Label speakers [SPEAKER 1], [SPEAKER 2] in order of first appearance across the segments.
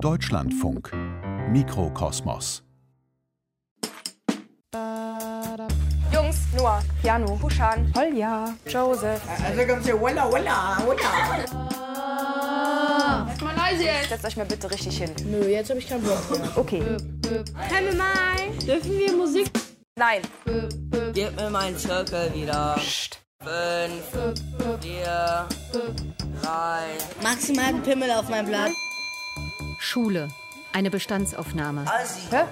[SPEAKER 1] Deutschlandfunk Mikrokosmos
[SPEAKER 2] Jungs, Noah, Janu, Hushan,
[SPEAKER 3] Olja,
[SPEAKER 2] Joseph.
[SPEAKER 4] Also kommt hier Walla, Walla, Walla.
[SPEAKER 2] Jetzt mal leise jetzt. Setzt euch mal bitte richtig hin.
[SPEAKER 5] Nö, jetzt habe ich keinen Bock mehr.
[SPEAKER 2] Okay. Können wir mal? Dürfen wir Musik? Nein.
[SPEAKER 6] Gib mir meinen Zirkel wieder.
[SPEAKER 2] Psst.
[SPEAKER 6] Fünf, vier, drei.
[SPEAKER 5] Maximal ein Pimmel auf meinem Blatt.
[SPEAKER 7] Schule. Eine Bestandsaufnahme.
[SPEAKER 2] Hä?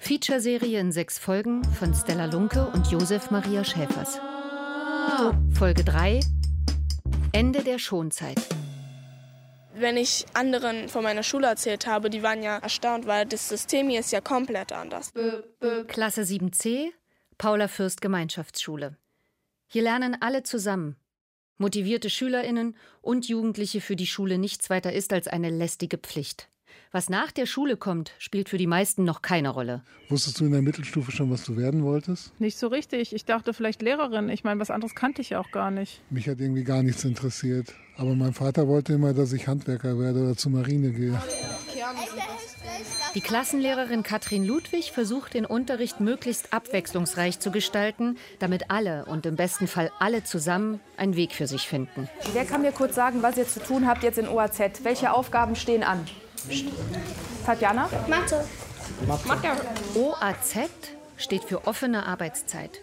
[SPEAKER 7] Feature-Serie in sechs Folgen von Stella Lunke und Josef Maria Schäfers. Folge 3. Ende der Schonzeit.
[SPEAKER 8] Wenn ich anderen von meiner Schule erzählt habe, die waren ja erstaunt, weil das System hier ist ja komplett anders.
[SPEAKER 7] Klasse 7c, Paula Fürst Gemeinschaftsschule. Hier lernen alle zusammen. Motivierte Schülerinnen und Jugendliche, für die Schule nichts weiter ist als eine lästige Pflicht. Was nach der Schule kommt, spielt für die meisten noch keine Rolle.
[SPEAKER 9] Wusstest du in der Mittelstufe schon, was du werden wolltest?
[SPEAKER 10] Nicht so richtig. Ich dachte vielleicht Lehrerin. Ich meine, was anderes kannte ich ja auch gar nicht.
[SPEAKER 9] Mich hat irgendwie gar nichts interessiert. Aber mein Vater wollte immer, dass ich Handwerker werde oder zur Marine gehe.
[SPEAKER 7] Die Klassenlehrerin Katrin Ludwig versucht, den Unterricht möglichst abwechslungsreich zu gestalten, damit alle und im besten Fall alle zusammen einen Weg für sich finden.
[SPEAKER 3] Wer kann mir kurz sagen, was ihr zu tun habt jetzt in OAZ? Welche Aufgaben stehen an? Psst. Tatjana?
[SPEAKER 5] Mathe.
[SPEAKER 7] OAZ steht für offene Arbeitszeit.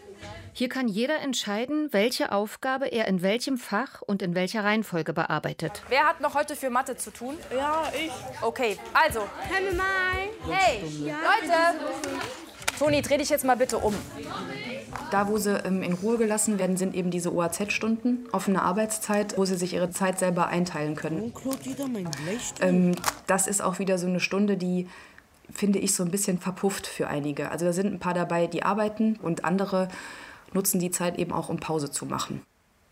[SPEAKER 7] Hier kann jeder entscheiden, welche Aufgabe er in welchem Fach und in welcher Reihenfolge bearbeitet.
[SPEAKER 3] Wer hat noch heute für Mathe zu tun?
[SPEAKER 8] Ja, ich.
[SPEAKER 3] Okay, also. Hey, Leute! Toni, dreh dich jetzt mal bitte um.
[SPEAKER 11] Da, wo sie ähm, in Ruhe gelassen werden, sind eben diese OAZ-Stunden, offene Arbeitszeit, wo sie sich ihre Zeit selber einteilen können.
[SPEAKER 4] Klaut jeder mein um? Blech?
[SPEAKER 11] Ähm, das ist auch wieder so eine Stunde, die finde ich so ein bisschen verpufft für einige. Also da sind ein paar dabei, die arbeiten und andere nutzen die Zeit eben auch, um Pause zu machen.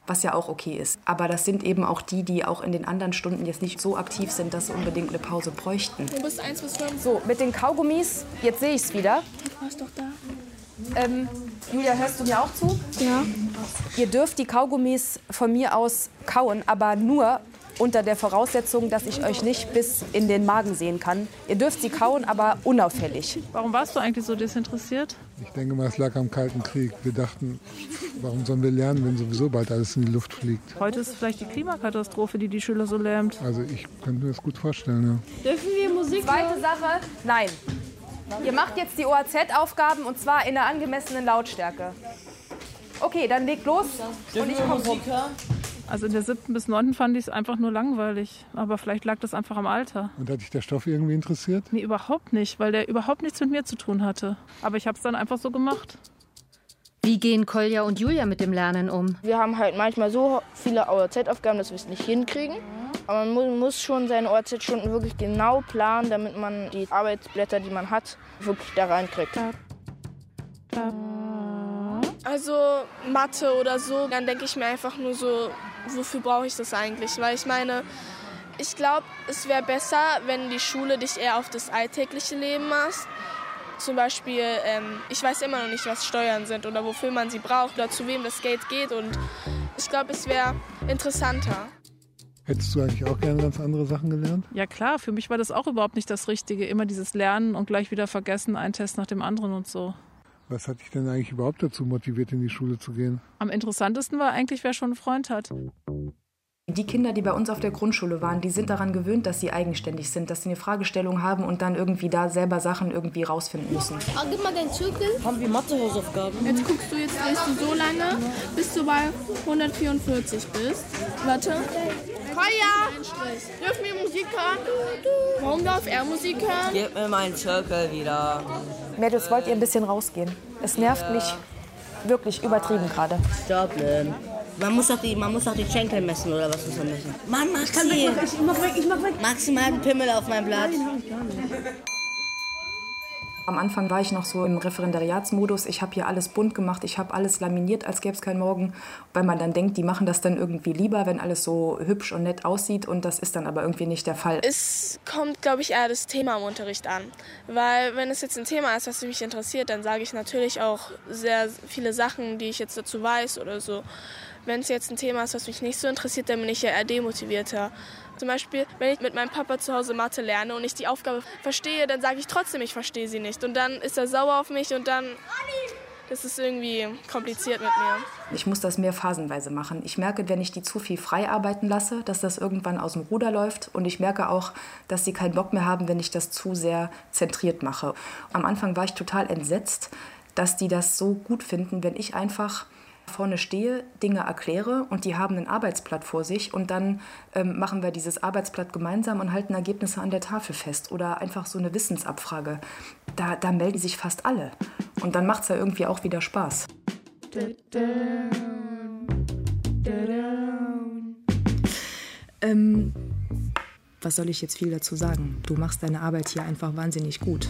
[SPEAKER 11] Was ja auch okay ist. Aber das sind eben auch die, die auch in den anderen Stunden jetzt nicht so aktiv sind, dass sie unbedingt eine Pause bräuchten.
[SPEAKER 8] Du bist eins bis fünf.
[SPEAKER 3] So, mit den Kaugummis, jetzt sehe ich es wieder.
[SPEAKER 8] Du warst doch da.
[SPEAKER 3] Ähm, Julia, hörst du mir auch zu?
[SPEAKER 8] Ja.
[SPEAKER 3] Ihr dürft die Kaugummis von mir aus kauen, aber nur unter der Voraussetzung, dass ich euch nicht bis in den Magen sehen kann. Ihr dürft sie kauen, aber unauffällig.
[SPEAKER 10] Warum warst du eigentlich so desinteressiert?
[SPEAKER 9] Ich denke mal, es lag am Kalten Krieg. Wir dachten, warum sollen wir lernen, wenn sowieso bald alles in die Luft fliegt?
[SPEAKER 10] Heute ist es vielleicht die Klimakatastrophe, die die Schüler so lähmt.
[SPEAKER 9] Also ich könnte mir das gut vorstellen. Ja.
[SPEAKER 3] Zweite Sache, nein. Ihr macht jetzt die OAZ-Aufgaben und zwar in einer angemessenen Lautstärke. Okay, dann legt los und ich komme rum.
[SPEAKER 10] Also in der siebten bis neunten fand ich es einfach nur langweilig. Aber vielleicht lag das einfach am Alter.
[SPEAKER 9] Und hat dich der Stoff irgendwie interessiert?
[SPEAKER 10] Nee, überhaupt nicht, weil der überhaupt nichts mit mir zu tun hatte. Aber ich habe es dann einfach so gemacht.
[SPEAKER 7] Wie gehen Kolja und Julia mit dem Lernen um?
[SPEAKER 12] Wir haben halt manchmal so viele OZ-Aufgaben, dass wir es nicht hinkriegen. Aber man mu- muss schon seine OZ-Stunden wirklich genau planen, damit man die Arbeitsblätter, die man hat, wirklich da reinkriegt.
[SPEAKER 8] Also Mathe oder so, dann denke ich mir einfach nur so, wofür brauche ich das eigentlich? Weil ich meine, ich glaube, es wäre besser, wenn die Schule dich eher auf das alltägliche Leben macht. Zum Beispiel, ähm, ich weiß immer noch nicht, was Steuern sind oder wofür man sie braucht oder zu wem das Geld geht. Und ich glaube, es wäre interessanter.
[SPEAKER 9] Hättest du eigentlich auch gerne ganz andere Sachen gelernt?
[SPEAKER 10] Ja klar, für mich war das auch überhaupt nicht das Richtige. Immer dieses Lernen und gleich wieder vergessen, ein Test nach dem anderen und so.
[SPEAKER 9] Was hat dich denn eigentlich überhaupt dazu motiviert, in die Schule zu gehen?
[SPEAKER 10] Am interessantesten war eigentlich, wer schon einen Freund hat.
[SPEAKER 11] Die Kinder, die bei uns auf der Grundschule waren, die sind daran gewöhnt, dass sie eigenständig sind, dass sie eine Fragestellung haben und dann irgendwie da selber Sachen irgendwie rausfinden müssen.
[SPEAKER 5] gib mal deinen Zirkel.
[SPEAKER 4] Haben wir Mathe-Hausaufgaben?
[SPEAKER 8] Jetzt guckst du, jetzt drehst du so lange, bis du bei 144 bist. Warte. Kolja! Dürfen wir Musik hören? Warum darf er Musik hören?
[SPEAKER 6] Gib mir meinen Zirkel wieder.
[SPEAKER 3] Mädels, wollt ihr ein bisschen rausgehen? Es nervt mich wirklich übertrieben gerade.
[SPEAKER 4] Stapeln.
[SPEAKER 5] Man muss doch die, man muss doch die Schenkel messen oder was muss man messen?
[SPEAKER 4] Mann, Maxi!
[SPEAKER 5] Ich mach weg, ich mach weg. Maximal ein Pimmel auf meinem Blatt.
[SPEAKER 11] Am Anfang war ich noch so im Referendariatsmodus. Ich habe hier alles bunt gemacht, ich habe alles laminiert, als gäbe es keinen Morgen, weil man dann denkt, die machen das dann irgendwie lieber, wenn alles so hübsch und nett aussieht. Und das ist dann aber irgendwie nicht der Fall.
[SPEAKER 8] Es kommt, glaube ich, eher das Thema im Unterricht an. Weil wenn es jetzt ein Thema ist, was mich interessiert, dann sage ich natürlich auch sehr viele Sachen, die ich jetzt dazu weiß oder so. Wenn es jetzt ein Thema ist, was mich nicht so interessiert, dann bin ich ja eher demotivierter. Zum Beispiel, wenn ich mit meinem Papa zu Hause Mathe lerne und ich die Aufgabe verstehe, dann sage ich trotzdem, ich verstehe sie nicht. Und dann ist er sauer auf mich und dann. Das ist irgendwie kompliziert mit mir.
[SPEAKER 11] Ich muss das mehr phasenweise machen. Ich merke, wenn ich die zu viel frei arbeiten lasse, dass das irgendwann aus dem Ruder läuft. Und ich merke auch, dass sie keinen Bock mehr haben, wenn ich das zu sehr zentriert mache. Am Anfang war ich total entsetzt, dass die das so gut finden, wenn ich einfach vorne stehe, Dinge erkläre und die haben ein Arbeitsblatt vor sich und dann ähm, machen wir dieses Arbeitsblatt gemeinsam und halten Ergebnisse an der Tafel fest oder einfach so eine Wissensabfrage. Da, da melden sich fast alle und dann macht es ja irgendwie auch wieder Spaß. Ähm,
[SPEAKER 13] Oh.
[SPEAKER 11] was soll ich jetzt viel dazu sagen? Du machst deine Arbeit hier einfach wahnsinnig gut.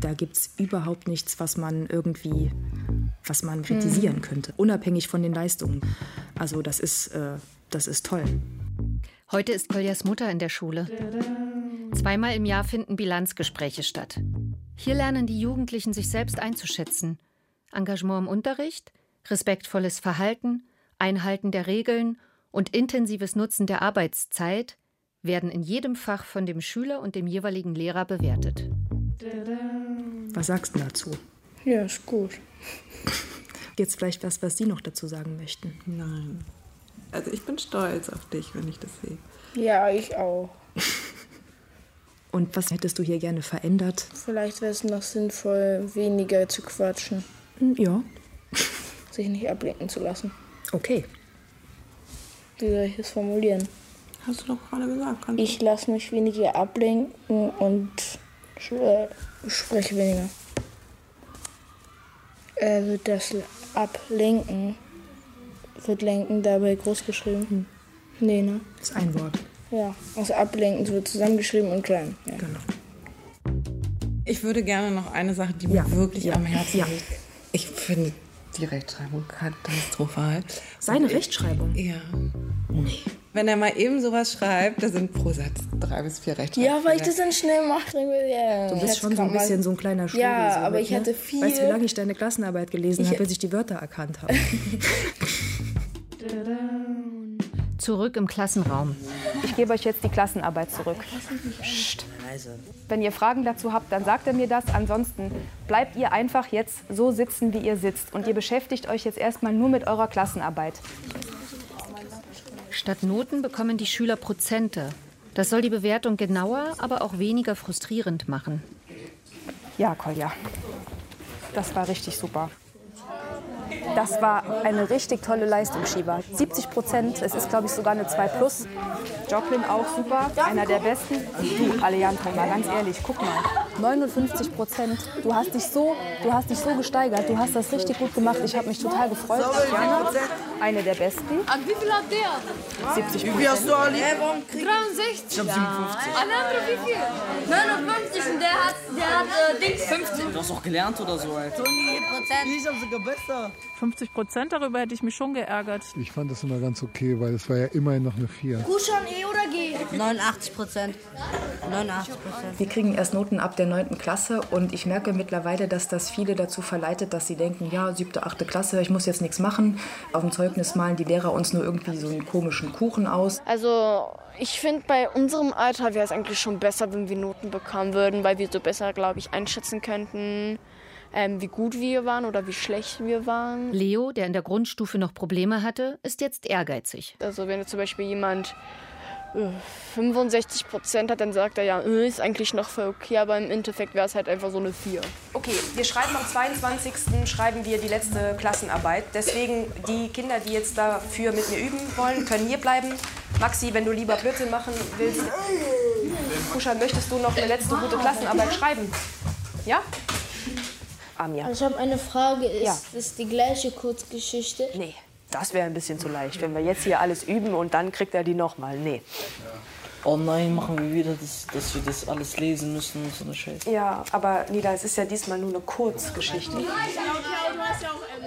[SPEAKER 11] Da gibt es überhaupt nichts, was man irgendwie, was
[SPEAKER 13] Hm.
[SPEAKER 11] man kritisieren könnte, unabhängig von den Leistungen. Also das ist, äh, das ist toll.
[SPEAKER 7] Heute ist Koljas Mutter in der Schule. Zweimal im Jahr finden Bilanzgespräche statt. Hier lernen die Jugendlichen sich selbst einzuschätzen. Engagement im Unterricht, respektvolles Verhalten, Einhalten der Regeln und intensives Nutzen der Arbeitszeit werden in jedem Fach von dem Schüler und dem jeweiligen Lehrer bewertet.
[SPEAKER 11] Was sagst du dazu?
[SPEAKER 12] Ja, ist gut.
[SPEAKER 11] Jetzt vielleicht was, was Sie noch dazu sagen möchten.
[SPEAKER 13] Nein. Also ich bin stolz auf dich, wenn ich das sehe.
[SPEAKER 12] Ja, ich auch.
[SPEAKER 11] Und was hättest du hier gerne verändert?
[SPEAKER 12] Vielleicht wäre es noch sinnvoll, weniger zu quatschen.
[SPEAKER 13] Hm,
[SPEAKER 11] Ja.
[SPEAKER 12] Sich nicht ablenken zu lassen.
[SPEAKER 11] Okay.
[SPEAKER 12] Wie soll ich das formulieren?
[SPEAKER 13] Hast du doch gerade gesagt. kannst
[SPEAKER 12] Ich lasse mich weniger ablenken und sch- äh, spreche weniger. Also das Ablenken wird Lenken dabei groß geschrieben. Nee, ne?
[SPEAKER 11] Hm. Ist ein Wort.
[SPEAKER 12] Ja, also Ablenken wird zusammengeschrieben und klein. Ja. Genau.
[SPEAKER 13] Ich würde gerne noch eine Sache, die mir wirklich am Herzen liegt. Ich finde die Rechtschreibung katastrophal.
[SPEAKER 11] Seine Rechtschreibung?
[SPEAKER 13] Ja. Nee. Wenn er mal eben sowas schreibt, da sind pro Satz drei bis vier Rechtschreibungen.
[SPEAKER 12] Ja, weil ich das dann schnell mache. Ja,
[SPEAKER 11] Du
[SPEAKER 12] jetzt
[SPEAKER 11] bist schon so ein
[SPEAKER 12] kann man-
[SPEAKER 11] bisschen so ein kleiner Schulleser.
[SPEAKER 12] Ja, aber ich hatte viel.
[SPEAKER 11] Weißt du, wie lange ich deine Klassenarbeit gelesen
[SPEAKER 12] Ich-
[SPEAKER 11] habe, bis ich die Wörter erkannt habe?
[SPEAKER 7] Zurück im Klassenraum.
[SPEAKER 3] Ich gebe euch jetzt die Klassenarbeit zurück. Psst. Wenn ihr Fragen dazu habt, dann sagt ihr mir das. Ansonsten bleibt ihr einfach jetzt so sitzen, wie ihr sitzt. Und ihr beschäftigt euch jetzt erstmal nur mit eurer Klassenarbeit.
[SPEAKER 7] Statt Noten bekommen die Schüler Prozente. Das soll die Bewertung genauer, aber auch weniger frustrierend machen.
[SPEAKER 3] Ja, Kolja. Das war richtig super. Das war eine richtig tolle Leistung, Shiva. 70 Prozent, es ist, glaube ich, sogar eine 2 plus. Joplin auch super, einer der besten. Du, Alejandro, mal ganz ehrlich, guck mal. 59 Prozent, du hast dich so, du hast dich so gesteigert, du hast das richtig gut gemacht. Ich habe mich total gefreut. Jana, eine der besten.
[SPEAKER 2] An wie viel hat der?
[SPEAKER 3] 70 Wie viel hast du, Ali?
[SPEAKER 12] Äh,
[SPEAKER 2] 63.
[SPEAKER 3] Ich hab 57.
[SPEAKER 2] Alle anderen wie viel? 59 und der hat, der hat äh, Dings 50.
[SPEAKER 14] Du hast doch gelernt oder so, halt. Alter.
[SPEAKER 10] Ich habe sogar besser. 50 Prozent darüber hätte ich mich schon geärgert.
[SPEAKER 9] Ich fand das immer ganz okay, weil es war ja immerhin noch eine 4.
[SPEAKER 5] Kuschan E oder G? 89 Prozent. 89 Prozent.
[SPEAKER 11] Wir kriegen erst Noten ab der 9. Klasse und ich merke mittlerweile, dass das viele dazu verleitet, dass sie denken, ja, 7., 8. Klasse, ich muss jetzt nichts machen. Auf dem Zeugnis malen die Lehrer uns nur irgendwie so einen komischen Kuchen aus.
[SPEAKER 15] Also, ich finde, bei unserem Alter wäre es eigentlich schon besser, wenn wir Noten bekommen würden, weil wir so besser, glaube ich, einschätzen könnten, ähm, wie gut wir waren oder wie schlecht wir waren.
[SPEAKER 7] Leo, der in der Grundstufe noch Probleme hatte, ist jetzt ehrgeizig.
[SPEAKER 15] Also, wenn jetzt zum Beispiel jemand äh, 65 Prozent hat, dann sagt er ja, äh, ist eigentlich noch voll okay, aber im Endeffekt wäre es halt einfach so eine 4.
[SPEAKER 3] Okay, wir schreiben am 22. schreiben wir die letzte Klassenarbeit. Deswegen die Kinder, die jetzt dafür mit mir üben wollen, können hier bleiben. Maxi, wenn du lieber Blödsinn machen willst, Kushan, möchtest du noch eine letzte gute Klassenarbeit schreiben? Ja? Amir.
[SPEAKER 16] Ich habe eine Frage. Ist
[SPEAKER 3] Ja.
[SPEAKER 16] das die gleiche Kurzgeschichte?
[SPEAKER 3] Nee. Das wäre ein bisschen zu leicht, wenn wir jetzt hier alles üben und dann kriegt er die nochmal. Nee.
[SPEAKER 14] Oh nein, machen wir wieder, das, dass wir das alles lesen müssen und so eine Scheiße.
[SPEAKER 3] Ja, aber Nida, es ist ja diesmal nur eine Kurzgeschichte.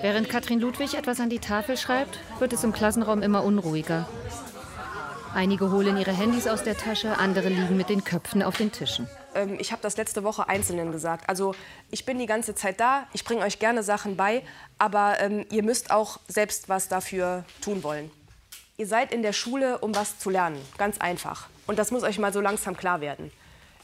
[SPEAKER 7] Während Katrin Ludwig etwas an die Tafel schreibt, wird es im Klassenraum immer unruhiger. Einige holen ihre Handys aus der Tasche, andere liegen mit den Köpfen auf den Tischen.
[SPEAKER 3] Ähm, ich habe das letzte Woche Einzelnen gesagt. Also ich bin die ganze Zeit da, ich bringe euch gerne Sachen bei, aber ähm, ihr müsst auch selbst was dafür tun wollen. Ihr
[SPEAKER 17] Ihr seid in der Schule, um was zu lernen. Ganz einfach. Und das muss euch mal so langsam klar werden.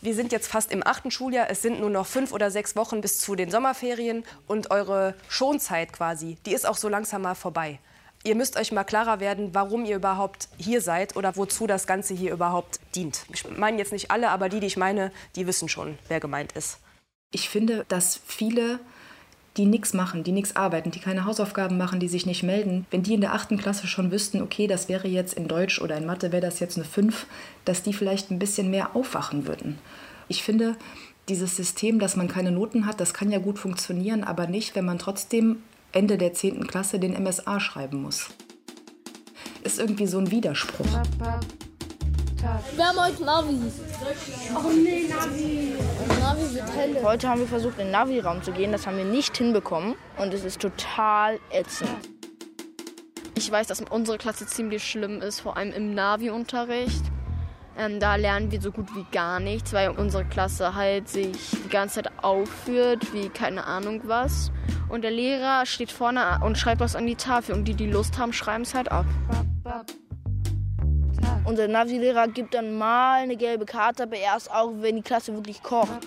[SPEAKER 17] Wir sind jetzt fast im achten Schuljahr. Es sind nur noch fünf oder sechs Wochen bis zu den Sommerferien. Und eure Schonzeit quasi, die ist auch so langsam mal vorbei. Ihr müsst euch mal klarer werden, warum ihr überhaupt hier seid oder wozu das Ganze hier überhaupt dient. Ich meine jetzt nicht alle, aber die, die ich meine, die wissen schon, wer gemeint ist.
[SPEAKER 11] Ich finde, dass viele, die nichts machen, die nichts arbeiten, die keine Hausaufgaben machen, die sich nicht melden, wenn die in der achten Klasse schon wüssten, okay, das wäre jetzt in Deutsch oder in Mathe, wäre das jetzt eine 5, dass die vielleicht ein bisschen mehr aufwachen würden. Ich finde, dieses System, dass man keine Noten hat, das kann ja gut funktionieren, aber nicht, wenn man trotzdem Ende der 10. Klasse den MSA schreiben muss. Ist irgendwie so ein Widerspruch.
[SPEAKER 16] Wir haben heute Navi. Oh nee, Navi. Navi wird helle.
[SPEAKER 12] Heute haben wir versucht, in den Navi-Raum zu gehen. Das haben wir nicht hinbekommen. Und es ist total ätzend.
[SPEAKER 15] Ich weiß, dass unsere Klasse ziemlich schlimm ist, vor allem im Navi-Unterricht. Ähm, da lernen wir so gut wie gar nichts, weil unsere Klasse halt sich die ganze Zeit aufführt, wie keine Ahnung was. Und der Lehrer steht vorne und schreibt was an die Tafel und die, die Lust haben, schreiben es halt ab.
[SPEAKER 12] Unser Navi-Lehrer gibt dann mal eine gelbe Karte, aber erst auch, wenn die Klasse wirklich kocht.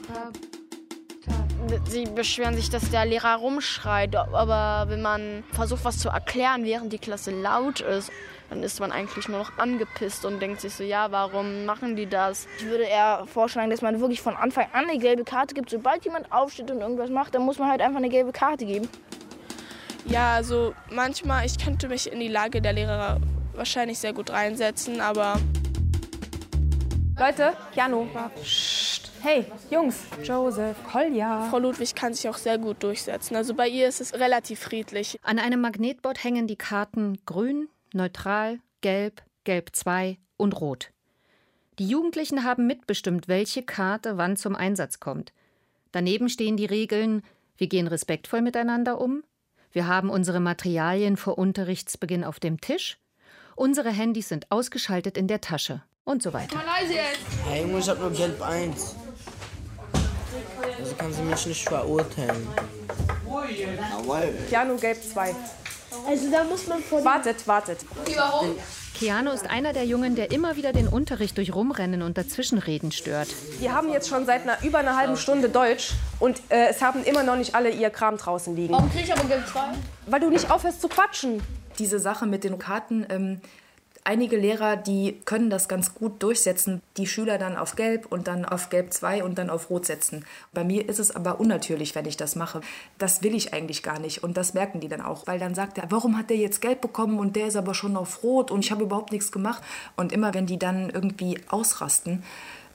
[SPEAKER 15] Sie beschweren sich, dass der Lehrer rumschreit, aber wenn man versucht, was zu erklären, während die Klasse laut ist, dann ist man eigentlich nur noch angepisst und denkt sich so, ja, warum machen die das?
[SPEAKER 12] Ich würde eher vorschlagen, dass man wirklich von Anfang an eine gelbe Karte gibt. Sobald jemand aufsteht und irgendwas macht, dann muss man halt einfach eine gelbe Karte geben.
[SPEAKER 8] Ja, also manchmal, ich könnte mich in die Lage der Lehrer wahrscheinlich sehr gut reinsetzen, aber
[SPEAKER 3] Leute, Jano. Hey, Jungs. Joseph, Kolja.
[SPEAKER 8] Frau Ludwig kann sich auch sehr gut durchsetzen. Also bei ihr ist es relativ friedlich.
[SPEAKER 7] An einem Magnetbord hängen die Karten grün, neutral, gelb, gelb 2 und rot. Die Jugendlichen haben mitbestimmt, welche Karte wann zum Einsatz kommt. Daneben stehen die Regeln, wir gehen respektvoll miteinander um, wir haben unsere Materialien vor Unterrichtsbeginn auf dem Tisch, unsere Handys sind ausgeschaltet in der Tasche und so weiter.
[SPEAKER 2] Mal leise jetzt.
[SPEAKER 14] Hey Junge, ich hab nur Gelb 1. Also kann sie mich nicht verurteilen. Jawohl.
[SPEAKER 3] Jano, gelb 2.
[SPEAKER 16] Also da muss man vor
[SPEAKER 3] Wartet, wartet.
[SPEAKER 2] Warum?
[SPEAKER 7] Keanu ist einer der Jungen, der immer wieder den Unterricht durch Rumrennen und Dazwischenreden stört.
[SPEAKER 17] Wir haben jetzt schon seit einer, über einer halben Stunde Deutsch und äh, es haben immer noch nicht alle ihr Kram draußen liegen.
[SPEAKER 2] Warum krieg ich aber Geld 2?
[SPEAKER 17] Weil du nicht aufhörst zu quatschen.
[SPEAKER 11] Diese Sache mit den Karten, ähm, einige Lehrer, die können das ganz gut durchsetzen, die Schüler dann auf Gelb und dann auf Gelb 2 und dann auf Rot setzen. Bei mir ist es aber unnatürlich, wenn ich das mache. Das will ich eigentlich gar nicht und das merken die dann auch, weil dann sagt er, warum hat der jetzt Gelb bekommen und der ist aber schon auf Rot und ich habe überhaupt nichts gemacht. Und immer wenn die dann irgendwie ausrasten,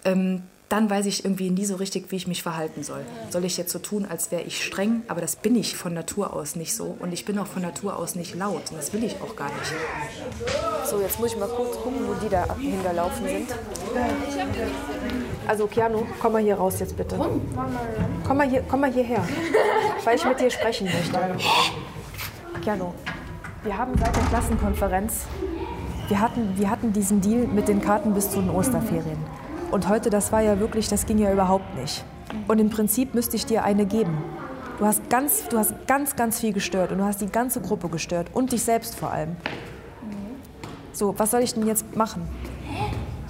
[SPEAKER 11] ähm, dann weiß ich irgendwie nie so richtig, wie ich mich verhalten soll. Soll ich jetzt so tun, als wäre ich streng? Aber das bin ich von Natur aus nicht so. Und ich bin auch von Natur aus nicht laut. Und das will ich auch gar nicht.
[SPEAKER 3] So, jetzt muss ich mal kurz gucken, wo die da ab- hinterlaufen sind. Also, Keanu, komm mal hier raus jetzt bitte. Komm mal, hier, komm mal hierher, weil ich mit dir sprechen möchte. Keanu, wir haben seit der Klassenkonferenz, wir hatten, wir hatten diesen Deal mit den Karten bis zu den Osterferien. Und heute, das war ja wirklich, das ging ja überhaupt nicht. Und im Prinzip müsste ich dir eine geben. Du hast ganz, du hast ganz, ganz viel gestört und du hast die ganze Gruppe gestört und dich selbst vor allem. So, was soll ich denn jetzt machen?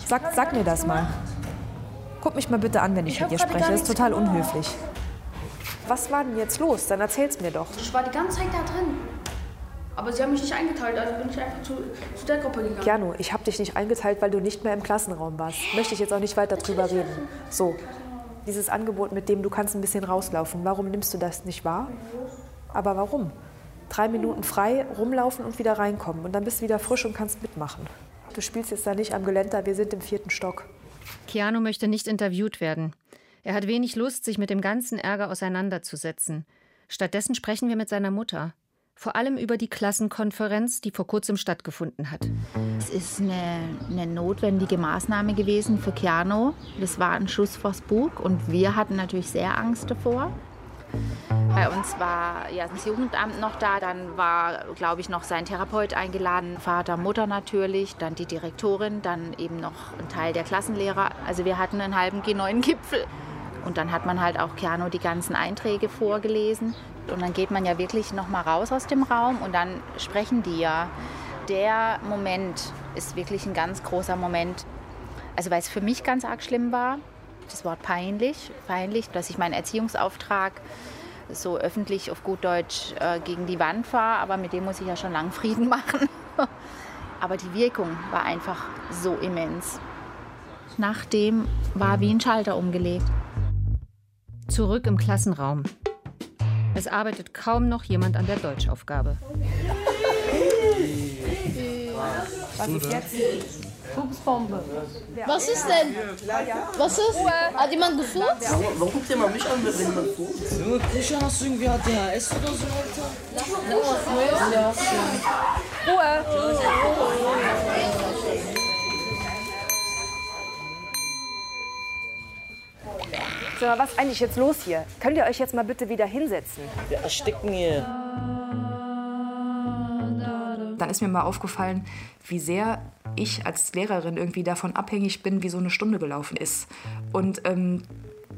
[SPEAKER 3] Sag, sag mir das mal. Guck mich mal bitte an, wenn ich,
[SPEAKER 2] Ich hab
[SPEAKER 3] mit dir
[SPEAKER 2] gerade
[SPEAKER 3] spreche.
[SPEAKER 2] gar
[SPEAKER 3] Das ist
[SPEAKER 2] nichts
[SPEAKER 3] total
[SPEAKER 2] gemacht.
[SPEAKER 3] unhöflich. Was war denn jetzt los? Dann erzähl's mir doch.
[SPEAKER 2] Ich war die ganze Zeit da drin. Aber sie haben mich nicht eingeteilt, also bin ich einfach zu, zu der Gruppe gegangen.
[SPEAKER 3] Jano, ich habe dich nicht eingeteilt, weil du nicht mehr im Klassenraum warst. Möchte ich jetzt auch nicht weiter drüber reden. So, dieses Angebot, mit dem du kannst ein bisschen rauslaufen, warum nimmst du das nicht wahr? Aber warum? Drei Minuten frei, rumlaufen und wieder reinkommen. Und dann bist du wieder frisch und kannst mitmachen. Du spielst jetzt da nicht am Geländer, wir sind im vierten Stock.
[SPEAKER 7] Keanu möchte nicht interviewt werden. Er hat wenig Lust, sich mit dem ganzen Ärger auseinanderzusetzen. Stattdessen sprechen wir mit seiner Mutter. Vor allem über die Klassenkonferenz, die vor kurzem stattgefunden hat.
[SPEAKER 18] Es ist eine, eine notwendige Maßnahme gewesen für Keanu. Das war ein Schuss vors Bug und wir hatten natürlich sehr Angst davor. Bei uns war ja das Jugendamt noch da, dann war, glaube ich, noch sein Therapeut eingeladen, Vater, Mutter natürlich, dann die Direktorin, dann eben noch ein Teil der Klassenlehrer. Also wir hatten einen halben G9-Gipfel. Und dann hat man halt auch Keanu die ganzen Einträge vorgelesen. Und dann geht man ja wirklich nochmal raus aus dem Raum und dann sprechen die ja. der Moment ist wirklich ein ganz großer Moment. Also weil es für mich ganz arg schlimm war, das Wort peinlich, peinlich, dass ich meinen Erziehungsauftrag so öffentlich auf gut Deutsch äh, gegen die Wand fahre, aber mit dem muss ich ja schon lang Frieden machen. aber die Wirkung war einfach so immens. Nachdem war wie ein Schalter umgelegt.
[SPEAKER 7] Zurück im Klassenraum. Es arbeitet kaum noch jemand an der Deutschaufgabe.
[SPEAKER 3] Was ist jetzt?
[SPEAKER 16] Fuchsbombe. Was ist denn? Was ist? Hat jemand gefurzt?
[SPEAKER 14] Warum, warum guckt ihr mal mich an, wenn jemand furzt? Junge, Krishan, hast du irgendwie ADHS oder so, Alter?
[SPEAKER 3] So, was ist eigentlich jetzt los hier? Könnt ihr euch jetzt mal bitte wieder hinsetzen?
[SPEAKER 14] Wir ersticken hier.
[SPEAKER 11] Dann ist mir mal aufgefallen, wie sehr ich als Lehrerin irgendwie davon abhängig bin, wie so eine Stunde gelaufen ist. Und ähm,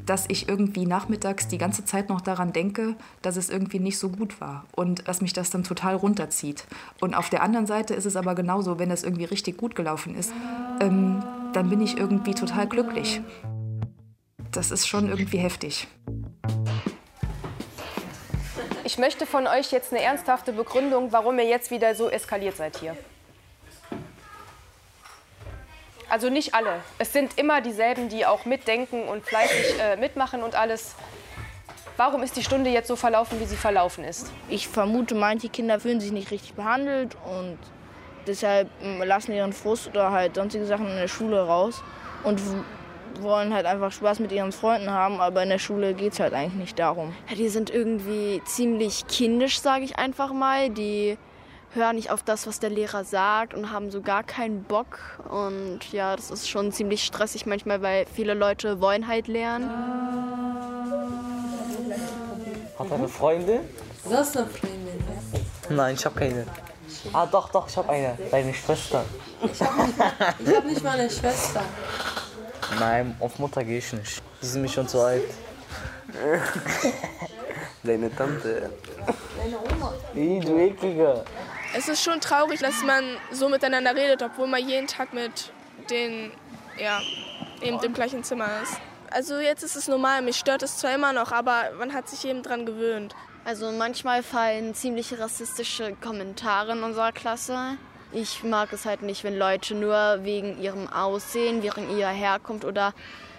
[SPEAKER 11] dass ich irgendwie nachmittags die ganze Zeit noch daran denke, dass es irgendwie nicht so gut war und dass mich das dann total runterzieht. Und auf der anderen Seite ist es aber genauso, wenn das irgendwie richtig gut gelaufen ist, ähm, dann bin ich irgendwie total glücklich. Das ist schon irgendwie heftig.
[SPEAKER 17] Ich möchte von euch jetzt eine ernsthafte Begründung, warum ihr jetzt wieder so eskaliert seid hier. Also nicht alle. Es sind immer dieselben, die auch mitdenken und fleißig äh, mitmachen und alles. Warum ist die Stunde jetzt so verlaufen, wie sie verlaufen ist?
[SPEAKER 12] Ich vermute, manche Kinder fühlen sich nicht richtig behandelt und deshalb mm, lassen ihren Frust oder halt sonstige Sachen in der Schule raus und w- wollen halt einfach Spaß mit ihren Freunden haben, aber in der Schule geht es halt eigentlich nicht darum.
[SPEAKER 15] Ja, die sind irgendwie ziemlich kindisch, sage ich einfach mal. Die hören nicht auf das, was der Lehrer sagt und haben so gar keinen Bock. Und ja, das ist schon ziemlich stressig manchmal, weil viele Leute wollen halt lernen.
[SPEAKER 14] Hat er eine Freundin?
[SPEAKER 13] Das ist eine Freundin.
[SPEAKER 14] Nein, ich hab keine. Ah, doch, doch, ich hab eine. Deine Schwester.
[SPEAKER 13] Ich habe nicht, ich hab nicht mal eine Schwester.
[SPEAKER 14] Nein, auf Mutter gehe ich nicht. Die sind mich schon zu alt. Deine Tante.
[SPEAKER 8] Deine Oma.
[SPEAKER 14] Ih, du ekliger.
[SPEAKER 8] Es ist schon traurig, dass man so miteinander redet, obwohl man jeden Tag mit den, ja, eben im gleichen Zimmer ist. Also jetzt ist es normal, mich stört es zwar immer noch, aber man hat sich eben dran gewöhnt.
[SPEAKER 15] Also manchmal fallen ziemlich rassistische Kommentare in unserer Klasse. Ich mag es halt nicht, wenn Leute nur wegen ihrem Aussehen, wegen ihrer Herkunft oder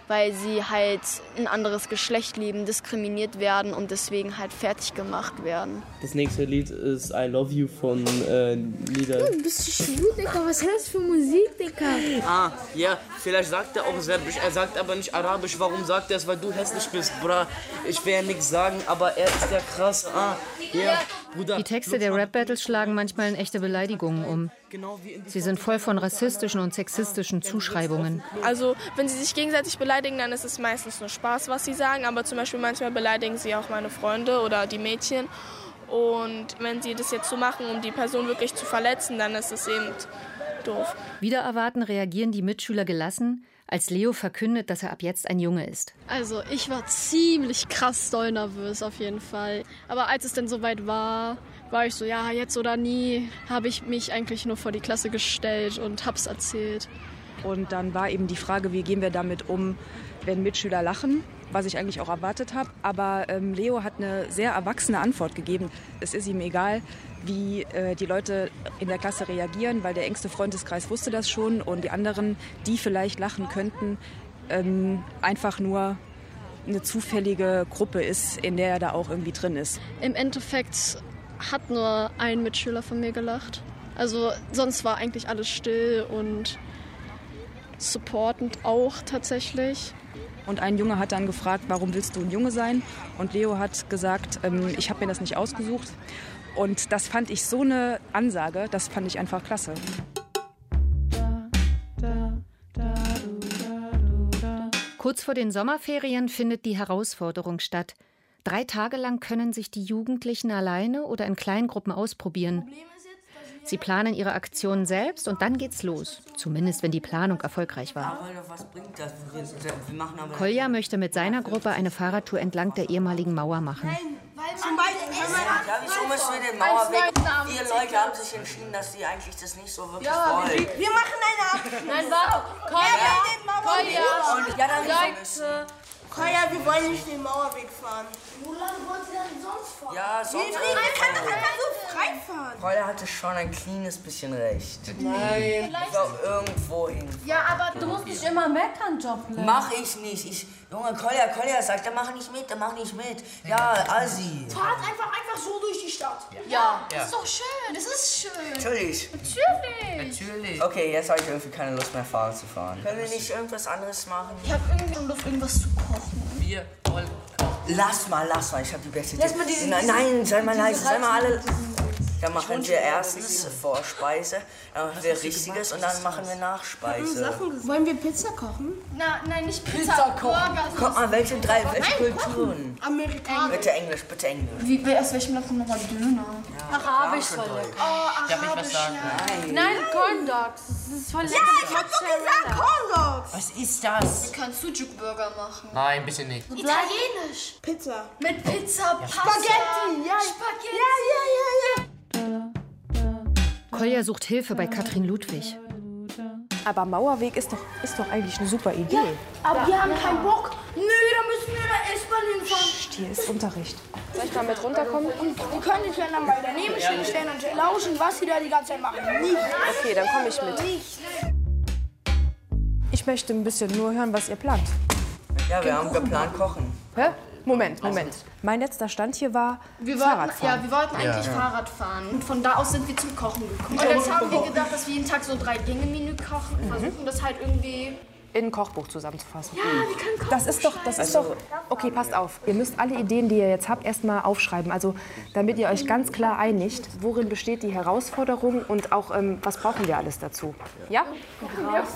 [SPEAKER 15] weil sie halt ein anderes Geschlecht leben, diskriminiert werden und deswegen halt fertig gemacht werden.
[SPEAKER 19] Das nächste Lied ist I Love You von äh, Lieder.
[SPEAKER 16] Du bist du schwul, Digga? Was hörst du für Musik, Digga?
[SPEAKER 14] Ah, ja, vielleicht sagt er auch Serbisch. Er sagt aber nicht Arabisch. Warum sagt er es? Weil du hässlich bist, Bruder. Ich will ja nichts sagen, aber er ist ja krass. Ah, ja, Bruder.
[SPEAKER 7] Die Texte der Rap-Battles schlagen manchmal in echte Beleidigungen um. Sie sind voll von rassistischen und sexistischen Zuschreibungen.
[SPEAKER 8] Also wenn sie sich gegenseitig beleidigen, dann ist es meistens nur Spaß, was sie sagen. Aber zum Beispiel manchmal beleidigen sie auch meine Freunde oder die Mädchen. Und wenn sie das jetzt so machen, um die Person wirklich zu verletzen, dann ist es eben doof.
[SPEAKER 7] Wieder erwarten reagieren die Mitschüler gelassen, als Leo verkündet, dass er ab jetzt ein Junge ist.
[SPEAKER 20] Also ich war ziemlich krass doll nervös auf jeden Fall. Aber als es dann soweit war, war ich so, ja, jetzt oder nie, habe ich mich eigentlich nur vor die Klasse gestellt und hab's erzählt.
[SPEAKER 21] Und dann war eben die Frage, wie gehen wir damit um, wenn Mitschüler lachen, was ich eigentlich auch erwartet habe. Aber ähm, Leo hat eine sehr erwachsene Antwort gegeben. Es ist ihm egal, wie äh, die Leute in der Klasse reagieren, weil der engste Freundeskreis wusste das schon und die anderen, die vielleicht lachen könnten, ähm, einfach nur eine zufällige Gruppe ist, in der er da auch irgendwie drin ist.
[SPEAKER 20] Im Endeffekt hat nur ein Mitschüler von mir gelacht. Also sonst war eigentlich alles still und supportend auch tatsächlich.
[SPEAKER 21] Und ein Junge hat dann gefragt, warum willst du ein Junge sein? Und Leo hat gesagt, ähm, ich habe mir das nicht ausgesucht. Und das fand ich so eine Ansage, das fand ich einfach klasse.
[SPEAKER 7] Kurz vor den Sommerferien findet die Herausforderung statt. Drei Tage lang können sich die Jugendlichen alleine oder in Kleingruppen ausprobieren. Sie planen ihre Aktionen selbst und dann geht's los. Zumindest wenn die Planung erfolgreich war.
[SPEAKER 14] Aber was bringt das? Wir, wir machen aber.
[SPEAKER 7] Kolja möchte mit seiner Gruppe eine Fahrradtour entlang der ehemaligen Mauer machen.
[SPEAKER 22] Zum Beispiel,
[SPEAKER 6] Ja, wieso müssen wir den Mauerweg? Vier Leute haben sich entschieden, dass sie eigentlich das nicht so wirklich
[SPEAKER 22] Ja,
[SPEAKER 6] wollen.
[SPEAKER 22] wir- wir machen eine Ab-
[SPEAKER 12] Nein, warte. Kolja,
[SPEAKER 22] Kolja,
[SPEAKER 12] Kolja,
[SPEAKER 22] Leute. Kolja, wir wollen nicht den Mauerweg fahren.
[SPEAKER 12] Wo lange wollt ihr denn sonst fahren?
[SPEAKER 6] Ja, so.
[SPEAKER 22] Wilfried, man kann doch einfach
[SPEAKER 6] so frei fahren. Heute hatte schon ein kleines bisschen recht.
[SPEAKER 12] Nein.
[SPEAKER 6] Ich war irgendwo hin.
[SPEAKER 12] Ja, aber du musst nicht immer meckern, Joplin.
[SPEAKER 6] Mach ich nicht. Ich, Junge, Kolja, Kolja sagt, er mach nicht mit, er mach nicht mit. Ja, Assi.
[SPEAKER 12] Fahrt einfach, einfach so durch die Stadt.
[SPEAKER 6] Ja. Ja.
[SPEAKER 12] Ist doch schön, es ist schön.
[SPEAKER 6] Natürlich.
[SPEAKER 12] Natürlich.
[SPEAKER 6] Natürlich. Okay, jetzt habe ich irgendwie keine Lust mehr, Fahrrad zu fahren. Können wir nicht irgendwas anderes machen?
[SPEAKER 12] Ich hab irgendwie schon Lust, irgendwas zu kochen.
[SPEAKER 6] Wir wollen. Lass mal, lass mal, ich habe die beste
[SPEAKER 12] Lass
[SPEAKER 6] Idee.
[SPEAKER 12] mal diese-
[SPEAKER 6] nein, nein, sei mal
[SPEAKER 12] diese
[SPEAKER 6] leise, sei mal alle.
[SPEAKER 12] Reifen-
[SPEAKER 6] Dann machen wir erstens Vorspeise, dann machen wir Richtiges und dann machen wir Nachspeise.
[SPEAKER 12] Wollen wir Pizza kochen? Na, nein, nicht Pizza.
[SPEAKER 6] Pizza kochen.
[SPEAKER 12] Burger,
[SPEAKER 6] Guck mal, welche drei, welche
[SPEAKER 12] Nein,
[SPEAKER 6] Kulturen?
[SPEAKER 12] Amerikaner.
[SPEAKER 6] Bitte Englisch, bitte Englisch.
[SPEAKER 12] Wie, wer aus welchem Land nochmal Döner? Arabisch
[SPEAKER 6] Deutsch.
[SPEAKER 12] soll lecker. Oh,
[SPEAKER 6] Darf ich was
[SPEAKER 12] Arabisch.
[SPEAKER 6] sagen?
[SPEAKER 12] Nein,
[SPEAKER 6] Nein.
[SPEAKER 12] nein Corn Dogs. Das ist voll
[SPEAKER 22] Ja,
[SPEAKER 12] lecker.
[SPEAKER 22] ich hab doch gesagt,
[SPEAKER 12] Corn Dogs.
[SPEAKER 6] Was ist das?
[SPEAKER 12] Wir können Sujuk-Burger machen.
[SPEAKER 23] Nein, bitte nicht.
[SPEAKER 12] Italienisch. Pizza. Mit Pizza,
[SPEAKER 23] Ja,
[SPEAKER 12] Pasta. Spaghetti. Ja, Spaghetti. Ja, ja, ja, ja.
[SPEAKER 7] Kolja sucht Hilfe bei Katrin Ludwig.
[SPEAKER 11] Aber Mauerweg ist doch, ist doch eigentlich eine super Idee.
[SPEAKER 12] Aber wir haben keinen Bock. Nö, da müssen wir da S-Bahn hinfahren.
[SPEAKER 11] Hier ist Unterricht.
[SPEAKER 12] Soll ich mal mit runterkommen? Wir können nicht länger mal daneben stehen, stehen und lauschen, was sie da die ganze Zeit machen.
[SPEAKER 11] Okay, dann komm ich mit. Ich möchte ein bisschen nur hören, was ihr plant.
[SPEAKER 6] Ja, wir haben geplant kochen.
[SPEAKER 11] Hä? Moment, Moment. Mein letzter Stand hier war
[SPEAKER 15] Wir wollten, ja,
[SPEAKER 11] Fahrradfahren.
[SPEAKER 15] wir wollten
[SPEAKER 11] Ja,
[SPEAKER 15] eigentlich
[SPEAKER 11] ja.
[SPEAKER 15] Fahrrad fahren. Und von da aus sind wir zum Kochen gekommen. Und jetzt haben wir gedacht, dass wir jeden Tag so drei Gänge-Menü kochen
[SPEAKER 11] Mhm.
[SPEAKER 15] und versuchen das halt irgendwie.
[SPEAKER 11] in ein Kochbuch zusammenzufassen.
[SPEAKER 15] Ja, wir können kochen.
[SPEAKER 11] Das ist doch, das ist doch. Okay, passt auf. Ihr müsst alle Ideen, die ihr jetzt habt, erstmal aufschreiben. Also, damit ihr euch ganz klar einigt, worin besteht die Herausforderung und auch, ähm, was brauchen wir alles dazu. Ja?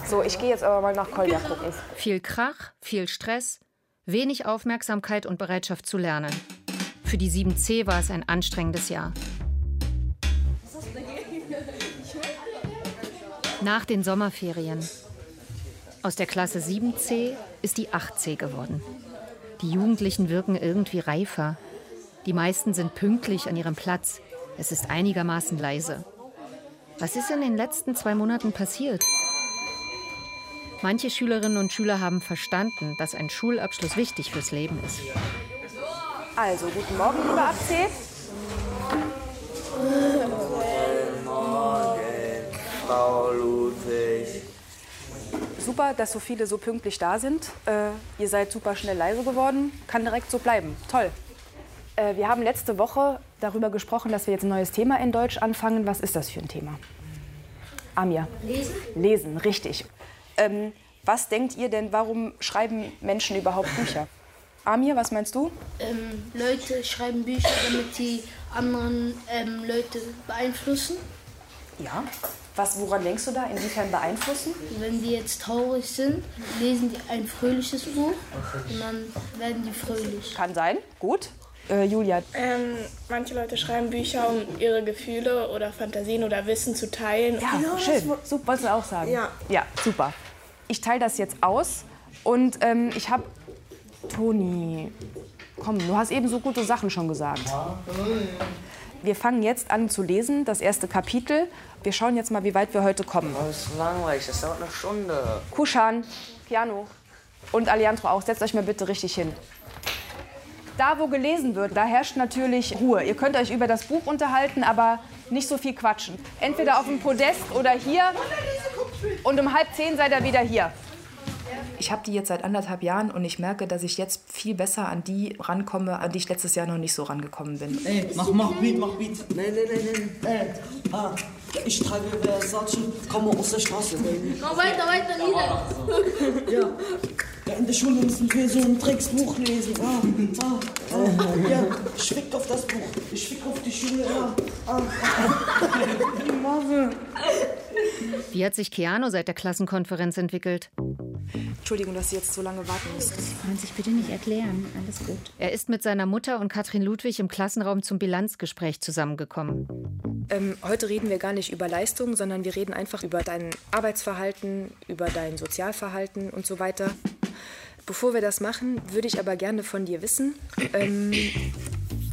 [SPEAKER 11] So, ich gehe jetzt aber mal nach Kolja gucken.
[SPEAKER 7] Viel Krach, viel Stress, wenig Aufmerksamkeit und Bereitschaft zu lernen. Für die 7C war es ein anstrengendes Jahr. Nach den Sommerferien. Aus der Klasse 7C ist die 8C geworden. Die Jugendlichen wirken irgendwie reifer. Die meisten sind pünktlich an ihrem Platz. Es ist einigermaßen leise. Was ist in den letzten zwei Monaten passiert? Manche Schülerinnen und Schüler haben verstanden, dass ein Schulabschluss wichtig fürs Leben ist.
[SPEAKER 11] Also, guten Morgen, liebe AC.
[SPEAKER 6] Morgen, Frau Ludwig.
[SPEAKER 11] Super, dass so viele so pünktlich da sind. Äh, ihr seid super schnell leise geworden. Kann direkt so bleiben. Toll. Äh, wir haben letzte Woche darüber gesprochen, dass wir jetzt ein neues Thema in Deutsch anfangen. Was ist das für ein Thema? Amir.
[SPEAKER 12] Lesen?
[SPEAKER 11] Lesen, richtig. Ähm, was denkt ihr denn, warum schreiben Menschen überhaupt Bücher? Amir, was meinst du?
[SPEAKER 12] Ähm, Leute schreiben Bücher, damit die anderen ähm, Leute beeinflussen.
[SPEAKER 11] Ja. Was, woran denkst du da? Inwiefern beeinflussen?
[SPEAKER 12] Wenn die jetzt traurig sind, lesen die ein fröhliches Buch und dann werden die fröhlich.
[SPEAKER 11] Kann sein. Gut. Äh, Julia.
[SPEAKER 8] Ähm, manche Leute schreiben Bücher, um ihre Gefühle oder Fantasien oder Wissen zu teilen. Genau
[SPEAKER 11] Ja, schön. Super, wolltest du auch sagen.
[SPEAKER 8] Ja.
[SPEAKER 11] ja super. Ich teile das jetzt aus und ähm, ich habe. Toni, komm, du hast eben so gute Sachen schon gesagt. Wir fangen jetzt an zu lesen, das erste Kapitel. Wir schauen jetzt mal, wie weit wir heute kommen.
[SPEAKER 6] Oh, Das ist langweilig, das dauert eine Stunde.
[SPEAKER 11] Kushan, Piano und Alejandro auch, setzt euch mal bitte richtig hin. Da, wo gelesen wird, da herrscht natürlich Ruhe. Ihr könnt euch über das Buch unterhalten, aber nicht so viel quatschen. Entweder auf dem Podest oder hier. Und um halb zehn seid ihr wieder hier.
[SPEAKER 24] Ich habe die jetzt seit anderthalb Jahren und ich merke, dass ich jetzt viel besser an die rankomme, an die ich letztes Jahr noch nicht so rangekommen bin.
[SPEAKER 14] Ey, mach, mach Beat, mach Beat. Nein, nein, nein, nein. Ey, ah, ich trage Versace, komme aus der Straße.
[SPEAKER 12] Mach weiter, weiter, nieder.
[SPEAKER 14] Ja. ja, in der Schule müssen wir so ein Tricksbuch lesen. Ah, ah, ah, ja, ich fick auf das Buch, ich fick auf die Schule. Ah, ah, ah. Marvin.
[SPEAKER 7] Wie hat sich Keanu seit der Klassenkonferenz entwickelt?
[SPEAKER 24] Entschuldigung, dass Sie jetzt so lange warten mussten. Sie
[SPEAKER 25] wollen sich bitte nicht erklären. Alles gut.
[SPEAKER 7] Er ist mit seiner Mutter und Katrin Ludwig im Klassenraum zum Bilanzgespräch zusammengekommen.
[SPEAKER 11] Ähm, heute reden wir gar nicht über Leistung, sondern wir reden einfach über dein Arbeitsverhalten, über dein Sozialverhalten und so weiter. Bevor wir das machen, würde ich aber gerne von dir wissen, ähm,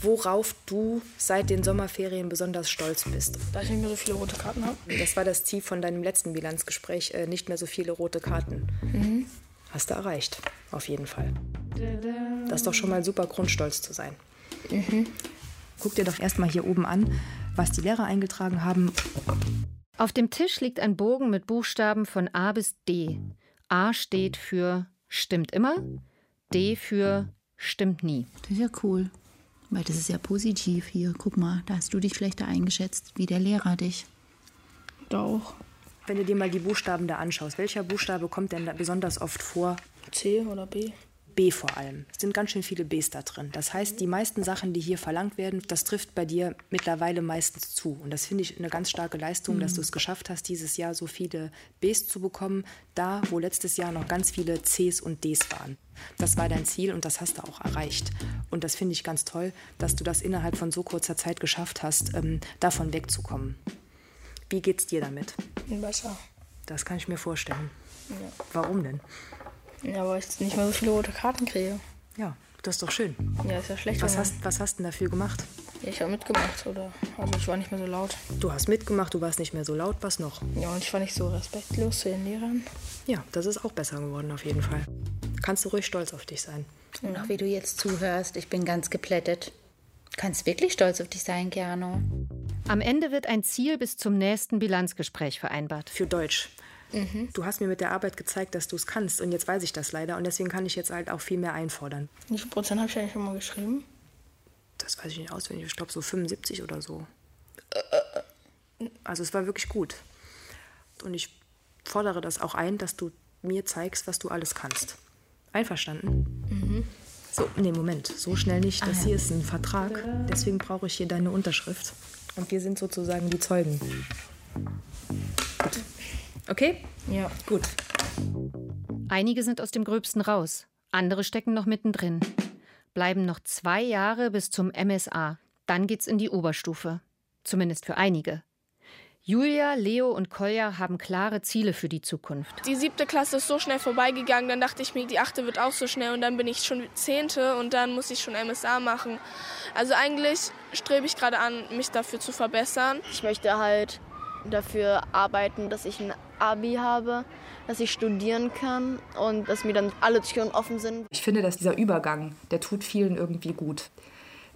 [SPEAKER 11] worauf du seit den Sommerferien besonders stolz bist.
[SPEAKER 26] Dass ich nicht mehr so viele rote Karten habe.
[SPEAKER 11] Das war das Ziel von deinem letzten Bilanzgespräch, äh, nicht mehr so viele rote Karten.
[SPEAKER 26] Mhm.
[SPEAKER 11] Hast du erreicht, auf jeden Fall. Das ist doch schon mal ein super Grund, stolz zu sein.
[SPEAKER 26] Mhm.
[SPEAKER 11] Guck dir doch erstmal hier oben an, was die Lehrer eingetragen haben.
[SPEAKER 7] Auf dem Tisch liegt ein Bogen mit Buchstaben von A bis D. A steht für stimmt immer, D für stimmt nie.
[SPEAKER 1] Das ist ja cool. Weil das ist ja positiv hier. Guck mal, da hast du dich schlechter eingeschätzt, wie der Lehrer dich.
[SPEAKER 11] Doch. Wenn du dir mal die Buchstaben da anschaust, welcher Buchstabe kommt denn da besonders oft vor?
[SPEAKER 26] C oder B?
[SPEAKER 11] B vor allem. Es sind ganz schön viele Bs da drin. Das heißt, die meisten Sachen, die hier verlangt werden, das trifft bei dir mittlerweile meistens zu. Und das finde ich eine ganz starke Leistung, dass
[SPEAKER 1] Mhm.
[SPEAKER 11] du es geschafft hast, dieses Jahr so viele Bs zu bekommen, da wo letztes Jahr noch ganz viele Cs und Ds waren. Das war dein Ziel und das hast du auch erreicht. Und das finde ich ganz toll, dass du das innerhalb von so kurzer Zeit geschafft hast, ähm, davon wegzukommen. Wie geht's dir damit?
[SPEAKER 26] Besser.
[SPEAKER 11] Das kann ich mir vorstellen.
[SPEAKER 26] Ja.
[SPEAKER 11] Warum denn?
[SPEAKER 26] Ja, weil ich nicht mehr so viele rote Karten kriege.
[SPEAKER 11] Ja, das ist doch schön.
[SPEAKER 26] Ja, ist ja schlecht.
[SPEAKER 11] Was
[SPEAKER 26] wenn man-
[SPEAKER 11] hast, was hast du denn dafür gemacht?
[SPEAKER 26] Ja, ich habe mitgemacht, oder? Also ich war nicht mehr so laut.
[SPEAKER 11] Du hast mitgemacht, du warst nicht mehr so laut, was noch?
[SPEAKER 26] Ja, und ich war nicht so respektlos zu den Lehrern.
[SPEAKER 11] Ja, das ist auch besser geworden auf jeden Fall. Kannst du ruhig stolz auf dich sein.
[SPEAKER 1] Und auch wie du jetzt zuhörst, ich bin ganz geplättet. Du kannst wirklich stolz auf dich sein, Keanu.
[SPEAKER 7] Am Ende wird ein Ziel bis zum nächsten Bilanzgespräch vereinbart.
[SPEAKER 11] Für Deutsch.
[SPEAKER 26] Mhm.
[SPEAKER 11] Du hast mir mit der Arbeit gezeigt, dass du es kannst und jetzt weiß ich das leider und deswegen kann ich jetzt halt auch viel mehr einfordern.
[SPEAKER 26] Wie viel Prozent habe ich eigentlich schon mal geschrieben?
[SPEAKER 11] Das weiß ich nicht auswendig, ich glaube so 75 oder so.
[SPEAKER 26] Äh,
[SPEAKER 11] Also es war wirklich gut. Und ich fordere das auch ein, dass du mir zeigst, was du alles kannst. Einverstanden?
[SPEAKER 26] Mhm.
[SPEAKER 11] So, nee, Moment, so schnell nicht.
[SPEAKER 26] Ah,
[SPEAKER 11] Das hier ist ein Vertrag, deswegen brauche ich hier deine Unterschrift. Und wir sind sozusagen die Zeugen. Gut. Okay?
[SPEAKER 26] Ja.
[SPEAKER 11] Gut.
[SPEAKER 7] Einige sind aus dem Gröbsten raus, andere stecken noch mittendrin. Bleiben noch zwei Jahre bis zum MSA. Dann geht's in die Oberstufe. Zumindest für einige. Julia, Leo und Kolja haben klare Ziele für die Zukunft.
[SPEAKER 8] Die siebte Klasse ist so schnell vorbeigegangen, dann dachte ich mir, die achte wird auch so schnell und dann bin ich schon zehnte und dann muss ich schon MSA machen. Also eigentlich strebe ich gerade an, mich dafür zu verbessern.
[SPEAKER 15] Ich möchte halt dafür arbeiten, dass ich ein Abi habe, dass ich studieren kann und dass mir dann alle Türen offen sind.
[SPEAKER 11] Ich
[SPEAKER 15] finde,
[SPEAKER 11] dass dieser Übergang, der tut vielen irgendwie gut.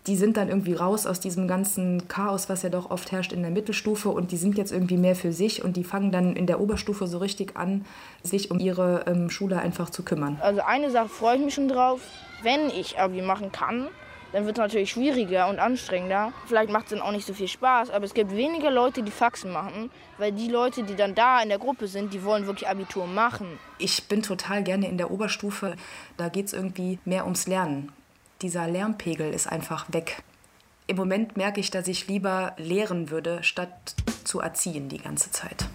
[SPEAKER 11] Die sind dann irgendwie raus aus diesem ganzen Chaos, was ja doch oft herrscht in der Mittelstufe und die sind jetzt irgendwie mehr für sich und die fangen dann in der Oberstufe so richtig an, sich um ihre ähm, Schule einfach zu kümmern.
[SPEAKER 12] Also eine Sache freue ich mich schon drauf. Wenn ich Abi machen kann, dann wird es natürlich schwieriger und anstrengender. Vielleicht macht es dann auch nicht so viel Spaß, aber es gibt weniger Leute, die Faxen machen, weil die Leute, die dann da in der Gruppe sind, die wollen wirklich Abitur machen.
[SPEAKER 11] Ich bin total gerne in der Oberstufe, da geht es irgendwie mehr ums Lernen. Dieser Lärmpegel ist einfach weg. Im Moment merke ich, dass ich lieber lehren würde, statt zu erziehen die ganze Zeit.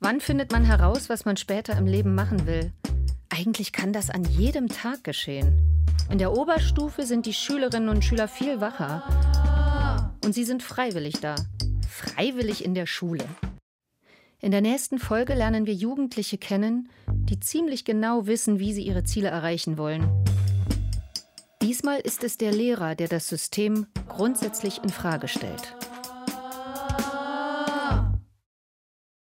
[SPEAKER 7] Wann findet man heraus, was man später im Leben machen will? Eigentlich kann das an jedem Tag geschehen. In der Oberstufe sind die Schülerinnen und Schüler viel wacher. Und sie sind freiwillig da. Freiwillig in der Schule. In der nächsten Folge lernen wir Jugendliche kennen, die ziemlich genau wissen, wie sie ihre Ziele erreichen wollen. Diesmal ist es der Lehrer, der das System grundsätzlich in Frage stellt.